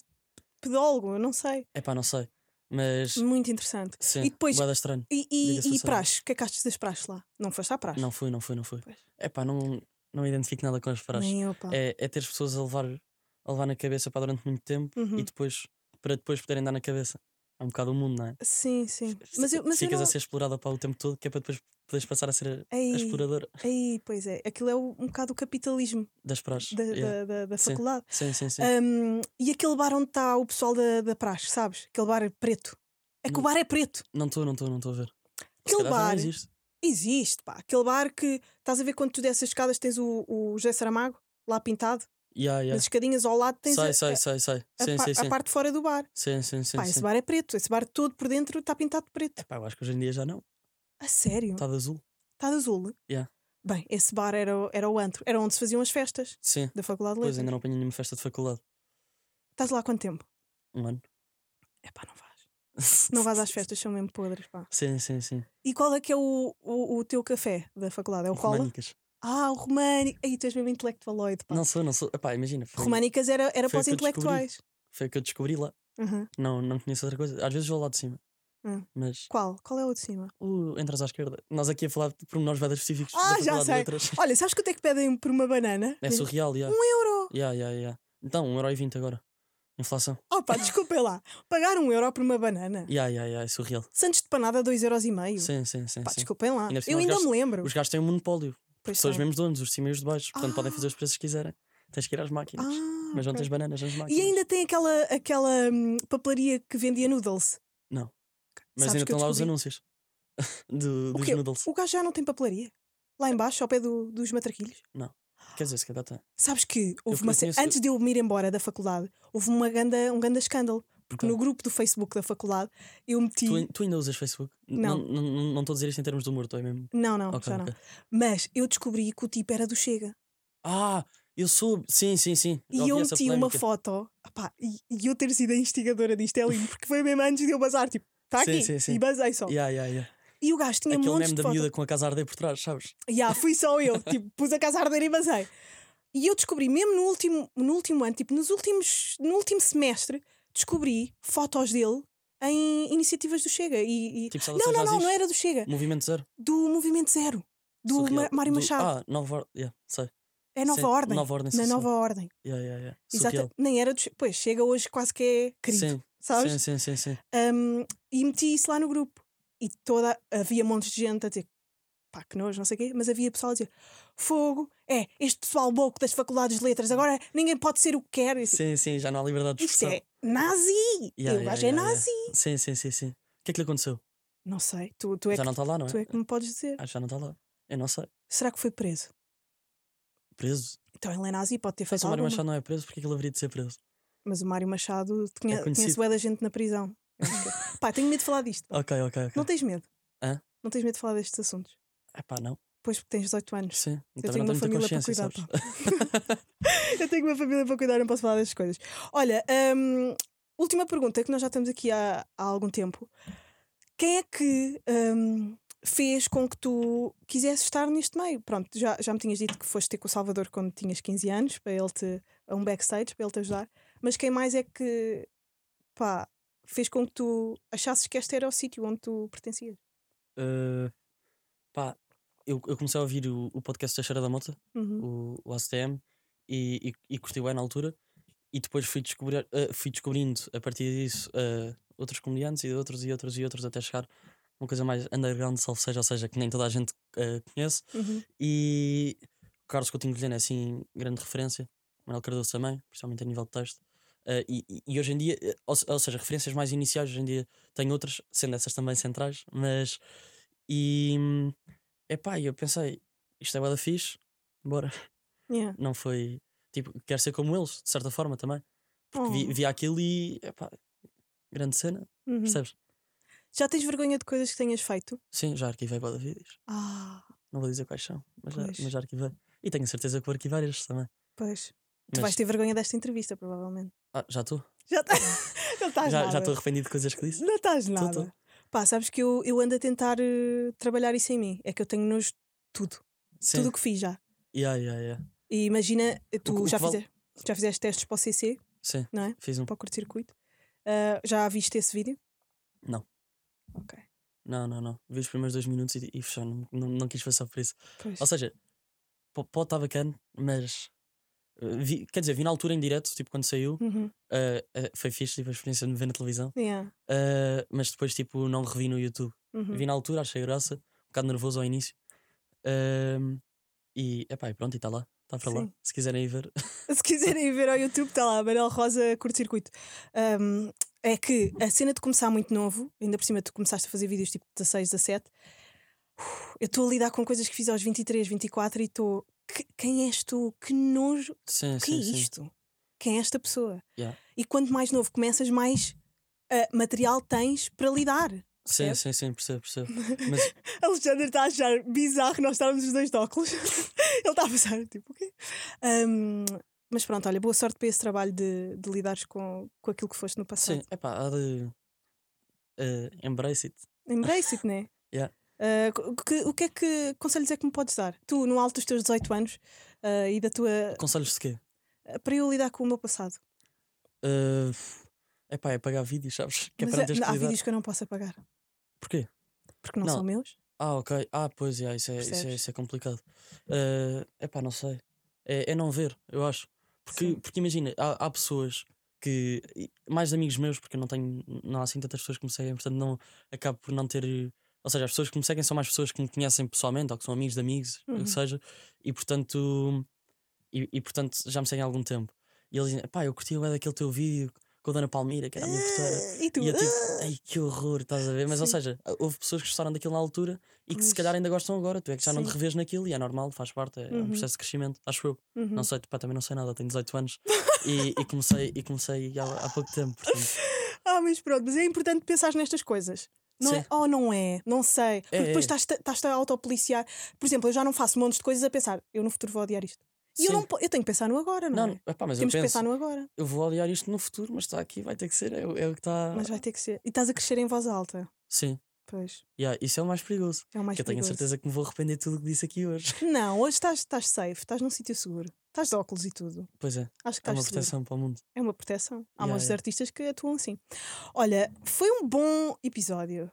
Speaker 3: pedólogo, eu não sei.
Speaker 4: É pá, não sei. Mas.
Speaker 3: Muito interessante.
Speaker 4: Sim,
Speaker 3: Hum, e depois-
Speaker 4: bué da estranho.
Speaker 3: E, e,
Speaker 4: Diga-se
Speaker 3: e
Speaker 4: passagem.
Speaker 3: praxe, o que é que achas das praxes lá? Não foste à praxe?
Speaker 4: Não fui, não fui, não fui.
Speaker 3: Pois.
Speaker 4: É pá, não, não identifico nada com as frases.
Speaker 3: Nem eu, pá.
Speaker 4: É, é ter as pessoas a levar, a levar na cabeça para durante muito tempo
Speaker 3: Uhum.
Speaker 4: e depois. para depois poderem dar na cabeça. É um bocado o mundo, não é?
Speaker 3: Sim, sim. Mas eu, mas eu
Speaker 4: Ficas
Speaker 3: não...
Speaker 4: a ser explorada para o tempo todo, que é para depois poderes passar a ser a, a
Speaker 3: Ei,
Speaker 4: exploradora
Speaker 3: ei, pois é. Aquilo é o- um bocado o capitalismo
Speaker 4: das praxes.
Speaker 3: da, da,
Speaker 4: Yeah.
Speaker 3: da, da
Speaker 4: Sim.
Speaker 3: faculdade.
Speaker 4: Sim, sim, sim.
Speaker 3: Hum, e aquele bar onde está o pessoal da, da praxe, sabes? Aquele bar preto. É que o
Speaker 4: Hum.
Speaker 3: bar é preto.
Speaker 4: Não estou, não estou, não estou a ver. Se
Speaker 3: Aquele
Speaker 4: calhar já não
Speaker 3: bar
Speaker 4: existe.
Speaker 3: existe, pá. Aquele bar que estás a ver quando tu desces as escadas tens o, o José Saramago lá pintado.
Speaker 4: Yeah, yeah.
Speaker 3: Nas escadinhas ao lado tens
Speaker 4: Sai,
Speaker 3: a,
Speaker 4: sai,
Speaker 3: a-
Speaker 4: sai, sai.
Speaker 3: a
Speaker 4: Sim,
Speaker 3: par-
Speaker 4: sim,
Speaker 3: a
Speaker 4: sim.
Speaker 3: parte de fora do bar.
Speaker 4: Sim, sim, sim.
Speaker 3: Pá,
Speaker 4: sim.
Speaker 3: esse bar é preto. Esse bar todo por dentro está pintado de preto.
Speaker 4: Epá, eu acho que hoje em dia já não.
Speaker 3: A sério?
Speaker 4: Está de azul.
Speaker 3: Está de azul?
Speaker 4: Tá. Yeah.
Speaker 3: Bem, esse bar era, o- era o antro. Era onde se faziam as festas
Speaker 4: Sim.
Speaker 3: da Faculdade de
Speaker 4: Pois
Speaker 3: Letras.
Speaker 4: ainda não apanhei nenhuma festa de faculdade.
Speaker 3: Estás lá há quanto tempo?
Speaker 4: Um ano.
Speaker 3: É pá, não vais. Não vais às festas, são mesmo podres, pá.
Speaker 4: Sim, sim, sim.
Speaker 3: E qual é que é o, o, o teu café da faculdade? É o Rola?
Speaker 4: Românicas.
Speaker 3: Ah, o Românico. Aí tu és mesmo intelectualoide, pá.
Speaker 4: Não sou, não sou. Epá, imagina. Foi,
Speaker 3: Românicas era, era
Speaker 4: foi
Speaker 3: para
Speaker 4: o
Speaker 3: os
Speaker 4: que eu descobri.
Speaker 3: intelectuais.
Speaker 4: foi o que eu descobri lá.
Speaker 3: Uhum.
Speaker 4: Não, não conheço outra coisa. Às vezes vou lá de cima.
Speaker 3: Hum.
Speaker 4: Mas.
Speaker 3: Qual? Qual é o de cima?
Speaker 4: Uh, entras à esquerda. Nós aqui a falar de pormenores vedas específicos.
Speaker 3: Ah,
Speaker 4: da
Speaker 3: já
Speaker 4: Faculdade de
Speaker 3: sei.
Speaker 4: Letras.
Speaker 3: Olha, sabes quanto é que pedem por uma banana?
Speaker 4: É surreal, já.
Speaker 3: Um euro!
Speaker 4: Já, já, já. Então, 1,20€ agora. Inflação.
Speaker 3: Oh pá, desculpem lá. Pagar um euro por uma banana.
Speaker 4: Já, já, já. É surreal.
Speaker 3: Santos de panada, dois euros e meio.
Speaker 4: Sim, sim, sim.
Speaker 3: Pá,
Speaker 4: sim.
Speaker 3: desculpem lá.
Speaker 4: Ainda por cima
Speaker 3: Eu
Speaker 4: os
Speaker 3: ainda
Speaker 4: gastos-
Speaker 3: me lembro.
Speaker 4: Os gajos têm um monopólio.
Speaker 3: Pois
Speaker 4: São os
Speaker 3: tem.
Speaker 4: mesmos donos, os de cima e os de baixo. Portanto, podem
Speaker 3: Ah.
Speaker 4: fazer os preços que quiserem. Tens que ir às máquinas.
Speaker 3: Ah,
Speaker 4: mas não
Speaker 3: ok.
Speaker 4: tens bananas nas máquinas.
Speaker 3: E ainda tem aquela, aquela hum, papelaria que vendia noodles.
Speaker 4: Não. mas
Speaker 3: Sabes
Speaker 4: ainda
Speaker 3: que eu
Speaker 4: estão lá os
Speaker 3: descobri-
Speaker 4: anúncios do,
Speaker 3: O
Speaker 4: dos
Speaker 3: quê?
Speaker 4: noodles.
Speaker 3: O gajo já não tem papelaria. Lá embaixo, ao pé do- dos matraquilhos.
Speaker 4: Quer dizer, se calhar tá.
Speaker 3: Sabes que houve
Speaker 4: fui-
Speaker 3: uma ce-
Speaker 4: conheço-
Speaker 3: antes de eu me ir embora da faculdade, houve uma ganda, um grande escândalo. Porque
Speaker 4: Então.
Speaker 3: no grupo do Facebook da faculdade eu meti.
Speaker 4: Tu, ai- tu ainda usas Facebook? N-
Speaker 3: Não.
Speaker 4: Não estou não, não estou a dizer isto em termos de humor, estou aí mesmo.
Speaker 3: Não, não,
Speaker 4: Ok,
Speaker 3: já
Speaker 4: ok.
Speaker 3: não. Mas eu descobri que o tipo era do Chega.
Speaker 4: Ah, eu soube. Sim, sim, sim.
Speaker 3: E
Speaker 4: ouvi
Speaker 3: eu
Speaker 4: essa
Speaker 3: meti uma
Speaker 4: polémica.
Speaker 3: foto Epá, e, e eu ter sido a instigadora disto é lindo, porque foi mesmo antes de eu bazar, tipo, está
Speaker 4: Sim,
Speaker 3: aqui,
Speaker 4: sim, sim.
Speaker 3: e basei só.
Speaker 4: Yeah, yeah, yeah.
Speaker 3: E o gajo tinha um
Speaker 4: Aquele
Speaker 3: monte
Speaker 4: meme
Speaker 3: de
Speaker 4: da miúda
Speaker 3: foto.
Speaker 4: com a casa a arder por trás, sabes?
Speaker 3: Yeah, fui só eu, tipo, pus a casa a arder e basei. E eu descobri, mesmo no último, no último ano, tipo, nos últimos, no último semestre, descobri fotos dele em iniciativas do Chega. E, e-
Speaker 4: Tipo, sabe,
Speaker 3: Não, não, não,
Speaker 4: nazis?
Speaker 3: não era do Chega,
Speaker 4: Movimento Zero.
Speaker 3: do Movimento Zero, do
Speaker 4: Surreal.
Speaker 3: Ma- Mário
Speaker 4: Do-
Speaker 3: Machado.
Speaker 4: Ah, Nova Ordem. Yeah, sei.
Speaker 3: é Nova
Speaker 4: sim,
Speaker 3: Ordem.
Speaker 4: Nova Ordem
Speaker 3: na
Speaker 4: Social.
Speaker 3: Nova Ordem.
Speaker 4: Yeah, yeah, yeah.
Speaker 3: Exato. é
Speaker 4: Surreal.
Speaker 3: Nem era do Chega. Pois, Chega hoje quase que é querido,
Speaker 4: Sim,
Speaker 3: sabes?
Speaker 4: sim, sim, sim, sim.
Speaker 3: Um, e meti isso lá no grupo. E toda, havia montes de gente a dizer pá, que nojo, não sei o quê, mas havia pessoal a dizer fogo, é, este pessoal louco das faculdades de letras, agora ninguém pode ser o que quer. Isto
Speaker 4: Sim, sim, já não há liberdade de expressão.
Speaker 3: é nazi! E
Speaker 4: Yeah,
Speaker 3: o
Speaker 4: yeah,
Speaker 3: gajo
Speaker 4: yeah,
Speaker 3: é
Speaker 4: yeah.
Speaker 3: nazi!
Speaker 4: Sim, sim, sim, sim. O que é que lhe aconteceu?
Speaker 3: Não sei, tu, tu, é
Speaker 4: já
Speaker 3: que,
Speaker 4: não está lá, não é?
Speaker 3: tu é que me podes dizer.
Speaker 4: Ah, já não está lá. Eu não sei.
Speaker 3: Será que foi preso?
Speaker 4: Preso.
Speaker 3: Então ele é nazi e pode ter
Speaker 4: Então,
Speaker 3: feito
Speaker 4: se o Mário
Speaker 3: alguma.
Speaker 4: Machado não é preso, porque é que ele haveria de ser preso?
Speaker 3: Mas o Mário Machado
Speaker 4: É
Speaker 3: tinha,
Speaker 4: conhecido.
Speaker 3: conhece bué da gente na prisão. pá, tenho medo de falar disto. pá.
Speaker 4: Ok, ok, ok.
Speaker 3: Não tens medo?
Speaker 4: Hã?
Speaker 3: Não tens medo de falar destes assuntos?
Speaker 4: Ah, pá, não.
Speaker 3: Pois porque tens 18 anos.
Speaker 4: Sim.
Speaker 3: Eu
Speaker 4: também
Speaker 3: tenho
Speaker 4: não
Speaker 3: uma
Speaker 4: muita
Speaker 3: família para
Speaker 4: consciência,
Speaker 3: cuidar,
Speaker 4: sabes?
Speaker 3: Eu tenho uma família para cuidar, não posso falar destas coisas. Olha, hum, última pergunta que nós já estamos aqui há, há algum tempo. Quem é que hum, fez com que tu quisesse estar neste meio? Pronto, já, já me tinhas dito que foste ter com o Salvador quando tinhas 15 anos, para ele te. a um backstage, para ele te ajudar. Mas quem mais é que. pá, fez com que tu achasses que este era o sítio onde tu pertencias?
Speaker 4: Eh, pá, eu, eu comecei a ouvir o, o podcast da Cheira da Mota,
Speaker 3: Uhum.
Speaker 4: o, o ACTM, e, e, e curti bem na altura. E depois fui, descobrir, eh, fui descobrindo, a partir disso, eh, outros comediantes e outros e outros e outros, até chegar uma coisa mais underground, salvo seja, ou seja, que nem toda a gente eh, conhece.
Speaker 3: Uhum.
Speaker 4: E Carlos Coutinho Vilhena é assim grande referência. Manuel Cardoso também, principalmente a nível de texto. Eh, e, e- e hoje em dia, eh, ou, se- ou seja, referências mais iniciais, hoje em dia tenho outras, sendo essas também centrais, mas. E. hum, Epá, eu pensei, isto é bué da fixe, bora.
Speaker 3: Yeah.
Speaker 4: Não foi. Tipo, quero ser como eles, de certa forma também. Porque vi,
Speaker 3: Oh.
Speaker 4: vi aquilo e. Epá, grande cena,
Speaker 3: Uhum.
Speaker 4: percebes?
Speaker 3: Já tens vergonha de coisas que tenhas feito?
Speaker 4: Sim, já arquivei bué de vídeos.
Speaker 3: Ah,
Speaker 4: Não vou dizer quais são, mas já,
Speaker 3: Pois.
Speaker 4: mas já arquivei. E tenho certeza que vou arquivar estes também.
Speaker 3: pois. Tu
Speaker 4: Mas-
Speaker 3: vais ter vergonha desta entrevista, provavelmente.
Speaker 4: Ah, já estou.
Speaker 3: Já tá- não estás
Speaker 4: Já
Speaker 3: nada.
Speaker 4: já estou arrependido de coisas que disse.
Speaker 3: Não estás nada.
Speaker 4: tô.
Speaker 3: Pá, sabes que eu, eu ando a tentar eh, trabalhar isso em mim. É que eu tenho nojo de tudo.
Speaker 4: Sim.
Speaker 3: Tudo o que fiz já.
Speaker 4: Yeah, yeah, yeah.
Speaker 3: E imagina, eh, tu
Speaker 4: que- o
Speaker 3: já,
Speaker 4: que vale-
Speaker 3: fizeste, já fizeste testes para o CC,
Speaker 4: Sim.
Speaker 3: não é?
Speaker 4: Fiz um.
Speaker 3: Para o curto-circuito. Ah, já viste esse vídeo?
Speaker 4: Não.
Speaker 3: Ok.
Speaker 4: Não, não, não. Vi os primeiros dois minutos e, e fechou. Não, não, não quis passar por isso.
Speaker 3: Pois.
Speaker 4: Ou seja, po- pode estar bacana, mas. eh, vi- quer dizer, vi na altura em direto, tipo quando saiu,
Speaker 3: Uhum.
Speaker 4: eh, eh, foi fixe, tipo a experiência de me ver na televisão,
Speaker 3: Yeah.
Speaker 4: eh, mas depois, tipo, não revi no YouTube.
Speaker 3: Uhum.
Speaker 4: Vi na altura, achei graça, um bocado nervoso ao início. Ehm, e, epá, e pronto, e está lá, está para lá.
Speaker 3: Sim.
Speaker 4: Se quiserem ir ver,
Speaker 3: Se quiserem ver ao YouTube, está lá, Manel Rosa curto-circuito. Ahm, é que a cena de começar muito novo, ainda por cima tu começaste a fazer vídeos tipo 16, 17. uf, Eu estou a lidar com coisas que fiz aos 23, 24 e estou. "Que- Quem és tu? Que nojo!
Speaker 4: sim,
Speaker 3: O que é
Speaker 4: sim, sim.
Speaker 3: isto? Quem é esta pessoa?
Speaker 4: Yeah.
Speaker 3: E quanto mais novo começas, mais ah, material tens para lidar.
Speaker 4: Sim, sim, sim, percebo, percebo. Mas,
Speaker 3: Alexandre está a achar bizarro nós estarmos os dois de óculos. Ele está a pensar, tipo, o quê? Ahm, mas pronto, olha, boa sorte para esse trabalho de, de lidares com, com aquilo que foste no
Speaker 4: sim,
Speaker 3: passado.
Speaker 4: epá, há de. eh, embrace it.
Speaker 3: Embrace it, né?
Speaker 4: Yeah.
Speaker 3: Ah, co- que- o que é que conselhos é que me podes dar? Tu, no alto dos teus 18 anos ah, e da tua.
Speaker 4: Conselhos de quê?
Speaker 3: para eu lidar com o meu passado.
Speaker 4: Eh, epá, é pagar vídeos, sabes? Que é
Speaker 3: mas
Speaker 4: para não
Speaker 3: é-
Speaker 4: teres que
Speaker 3: há
Speaker 4: lidar.
Speaker 3: vídeos que eu não posso apagar
Speaker 4: Porquê?
Speaker 3: porque não,
Speaker 4: Não.
Speaker 3: são meus.
Speaker 4: Ah, ok. Ah, pois, yeah, isso, é, isso, é,
Speaker 3: Percebes?
Speaker 4: isso é complicado. Eh, epá, não sei. É, é não ver, eu acho. Porque,
Speaker 3: Sim.
Speaker 4: porque imagina, há, há pessoas que. e Mais amigos meus, porque eu não tenho. Não há assim tantas pessoas que me seguem, portanto não, acabo por não ter. Ou seja, as pessoas que me seguem são mais pessoas que me conhecem pessoalmente ou que são amigos de amigos, o
Speaker 3: Uhum.
Speaker 4: que seja, e portanto. E, e, portanto já me seguem há algum tempo. E eles dizem, pá, eu curti bué daquele teu vídeo com a Dona Palmira, que era a minha produtora.
Speaker 3: Ah, e tu?
Speaker 4: E eu tipo,
Speaker 3: Ah,
Speaker 4: ai que horror, estás a ver? Mas ou
Speaker 3: Sim.
Speaker 4: seja, houve pessoas que gostaram daquilo na altura e que se
Speaker 3: Pois.
Speaker 4: calhar ainda gostam agora, tu é que já não te
Speaker 3: Sim.
Speaker 4: revês naquilo e é normal, faz parte, é
Speaker 3: Uhum.
Speaker 4: um processo de crescimento, acho eu.
Speaker 3: uhum.
Speaker 4: Não sei, pá, também não sei nada, tenho 18 anos e, e comecei, e comecei há, há pouco tempo, portanto.
Speaker 3: Ah, mas pronto, mas é importante pensar nestas coisas. Não é?
Speaker 4: Sim.
Speaker 3: Oh, não é? Não sei. Porque
Speaker 4: É,
Speaker 3: depois
Speaker 4: é.
Speaker 3: estás-te estás a autopoliciar. Por exemplo, eu já não faço montes de coisas a pensar. Eu no futuro vou odiar isto. E eu,
Speaker 4: Sim.
Speaker 3: não, po- eu tenho que pensar no agora, não,
Speaker 4: Não,
Speaker 3: é?
Speaker 4: epá, mas
Speaker 3: Temos
Speaker 4: eu
Speaker 3: que
Speaker 4: penso,
Speaker 3: pensar no agora.
Speaker 4: eu vou odiar isto no futuro, mas está aqui, vai ter que ser, é, o- é o que está.
Speaker 3: Mas vai ter que ser. E estás a crescer em voz alta.
Speaker 4: Sim,
Speaker 3: Pois.
Speaker 4: yeah, isso é o mais perigoso.
Speaker 3: É o mais
Speaker 4: que eu tenho a
Speaker 3: perigoso.
Speaker 4: certeza que me vou arrepender de tudo o que disse aqui hoje.
Speaker 3: Não, hoje estás, estás safe. Estás num sítio seguro. Estás de óculos e tudo.
Speaker 4: Pois é,
Speaker 3: Acho que
Speaker 4: é
Speaker 3: estás
Speaker 4: uma
Speaker 3: seguro.
Speaker 4: proteção para o mundo.
Speaker 3: É uma proteção. Há
Speaker 4: Yeah,
Speaker 3: muitos
Speaker 4: yeah.
Speaker 3: artistas que atuam assim. Olha, foi um bom episódio.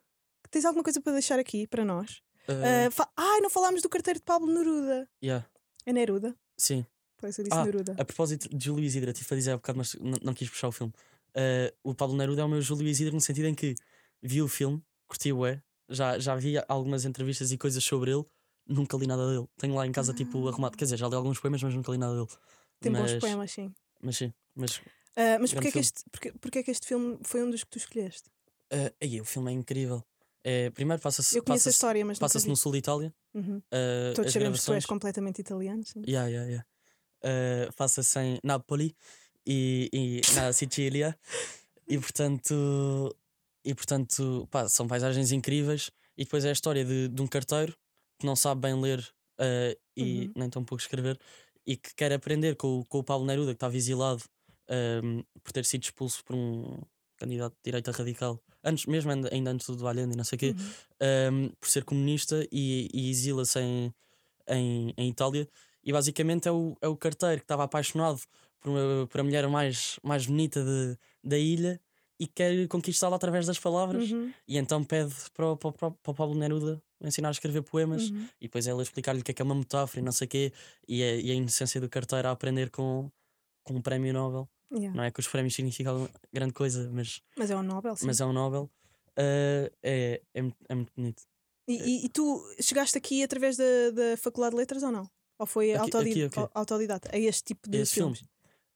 Speaker 3: Tens alguma coisa para deixar aqui para nós?
Speaker 4: Uh,
Speaker 3: Ah, fa- Ai, não falámos do carteiro de Pablo Neruda.
Speaker 4: Ah, yeah,
Speaker 3: É Neruda?
Speaker 4: sim.
Speaker 3: Pois eu disse
Speaker 4: Ah,
Speaker 3: Neruda.
Speaker 4: A propósito de Júlio Isidro, eu tive a dizer há bocado, mas n- não quis puxar o filme. Eh, o Pablo Neruda é o meu Júlio Isidro no sentido em que vi o filme, curti o é, já, já vi algumas entrevistas e coisas sobre ele, nunca li nada dele. Tenho lá em casa, tipo, arrumado. Quer dizer, já li alguns poemas, mas nunca li nada dele.
Speaker 3: Ah. Tem
Speaker 4: mas,
Speaker 3: bons poemas, sim.
Speaker 4: Mas sim, mas.
Speaker 3: Ah, mas porquê
Speaker 4: grande
Speaker 3: é, que
Speaker 4: filme.
Speaker 3: este, porquê, porquê é que este filme foi um dos que tu escolheste?
Speaker 4: eh, aí, o filme é incrível. Eh, primeiro passa-se.
Speaker 3: Eu conheço a
Speaker 4: passa-se-
Speaker 3: história, mas
Speaker 4: Passa-se
Speaker 3: não
Speaker 4: no sul de Itália.
Speaker 3: uhum.
Speaker 4: eh,
Speaker 3: Todos sabemos que
Speaker 4: as
Speaker 3: tu és
Speaker 4: gravações.
Speaker 3: completamente italiano, sim.
Speaker 4: Yeah, yeah, yeah. Eh, Passa-se em Napoli e, e na Sicília. E portanto, e, portanto pá, são paisagens incríveis. E depois é a história de, de um carteiro que não sabe bem ler eh, e
Speaker 3: Uhum.
Speaker 4: nem tão pouco escrever e que quer aprender com, o- com o Paulo Neruda, que está exilado ehm, por ter sido expulso por um candidato de direita radical, antes, mesmo ainda ainda antes do Allende e não sei o quê,
Speaker 3: Uhum.
Speaker 4: um, por ser comunista e, e exila-se em, em, em Itália. E basicamente é o, é o carteiro que estava apaixonado por, uma- por a mulher mais, mais bonita de- da ilha e quer conquistá-la através das palavras.
Speaker 3: Uhum,
Speaker 4: E então pede para o, para, o- para o- para o Pablo Neruda ensinar a escrever poemas
Speaker 3: uhum.
Speaker 4: e depois ela explicar-lhe o que é, que é uma metáfora e não sei o quê. E a, e a inocência do carteiro a aprender com, com um prémio Nobel.
Speaker 3: Yeah.
Speaker 4: Não é que os prémios significam grande coisa, mas,
Speaker 3: Mas é um Nobel, sim.
Speaker 4: mas é um Nobel. Ah, é, é, muito- é muito bonito.
Speaker 3: E, e- e tu chegaste aqui através da, da Faculdade de Letras ou não? Ou foi
Speaker 4: Aqui-
Speaker 3: autodi-
Speaker 4: aqui, ok.
Speaker 3: au- autodidata? A este tipo de
Speaker 4: Esse filme.
Speaker 3: filmes?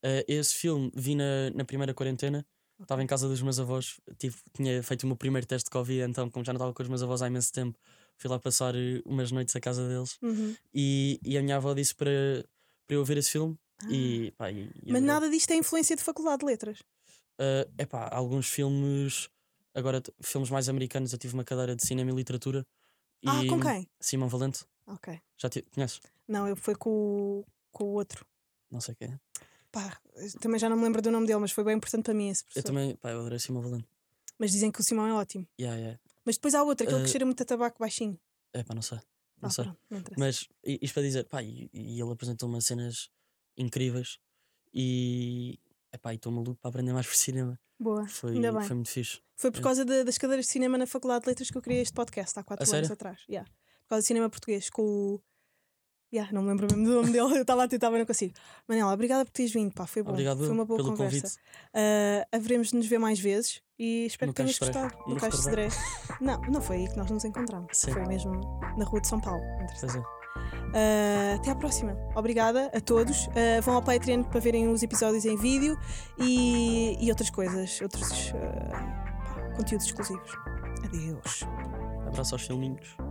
Speaker 4: Eh, esse filme vi na, na primeira quarentena. Estava em casa dos meus avós, tive, tinha feito o meu primeiro teste de Covid, então, como já não estava com os meus avós há imenso tempo, fui lá passar eh, umas noites à casa deles.
Speaker 3: Uhum.
Speaker 4: E, e a minha avó disse para, para eu ver esse filme. E, pá, e, e
Speaker 3: Ah. Mas
Speaker 4: adorei.
Speaker 3: nada disto é influência de faculdade de letras.
Speaker 4: Eh, epá, alguns filmes, agora t- filmes mais americanos, eu tive uma cadeira de cinema e literatura.
Speaker 3: Ah,
Speaker 4: e
Speaker 3: com quem?
Speaker 4: Simão Valente,
Speaker 3: Ok.
Speaker 4: já te, conheces?
Speaker 3: Não, eu fui com o, com o outro.
Speaker 4: Não sei quem é.
Speaker 3: Pá, também já não me lembro do nome dele, mas foi bem importante para mim esse
Speaker 4: Eu
Speaker 3: professor.
Speaker 4: também, pá, eu adorei Simão Valente.
Speaker 3: Mas dizem que o Simão é ótimo.
Speaker 4: Yeah, yeah.
Speaker 3: Mas depois há outro, aquele
Speaker 4: Eh,
Speaker 3: que cheira muito a tabaco baixinho.
Speaker 4: Epá, não sei.
Speaker 3: Ah,
Speaker 4: Não sei.
Speaker 3: pronto, não interessa.
Speaker 4: Mas i- isto para dizer, pá, e, e ele apresentou umas cenas incríveis e. Epá, estou maluco para aprender mais por cinema.
Speaker 3: Boa,
Speaker 4: Foi,
Speaker 3: ainda bem. Tá
Speaker 4: foi muito fixe.
Speaker 3: Foi por
Speaker 4: É.
Speaker 3: causa da- das cadeiras de cinema na Faculdade de Letras que eu criei este podcast há quatro
Speaker 4: A
Speaker 3: anos
Speaker 4: sério?
Speaker 3: atrás. Yeah. Por causa de cinema português, com o. Yeah, não me lembro mesmo do nome dele, eu estava a tentar, mas não consigo. Manela, obrigada por teres vindo, pá, foi bom.
Speaker 4: Obrigado
Speaker 3: foi
Speaker 4: eu
Speaker 3: uma boa
Speaker 4: pelo
Speaker 3: conversa.
Speaker 4: convite.
Speaker 3: Ah, haveremos de nos ver mais vezes e espero
Speaker 4: No
Speaker 3: que tenhas
Speaker 4: Cais de Dré.
Speaker 3: gostado
Speaker 4: No
Speaker 3: do Caixa de Dré. Não, não foi aí que nós nos encontramos.
Speaker 4: Sim.
Speaker 3: Foi mesmo na Rua de São Paulo. interessante.
Speaker 4: Pois é.
Speaker 3: Ah, até à próxima. Obrigada a todos. Ah, vão ao Patreon para verem os episódios em vídeo e, e outras coisas, outros ah, pá, conteúdos exclusivos. Adeus.
Speaker 4: Abraço aos filminhos.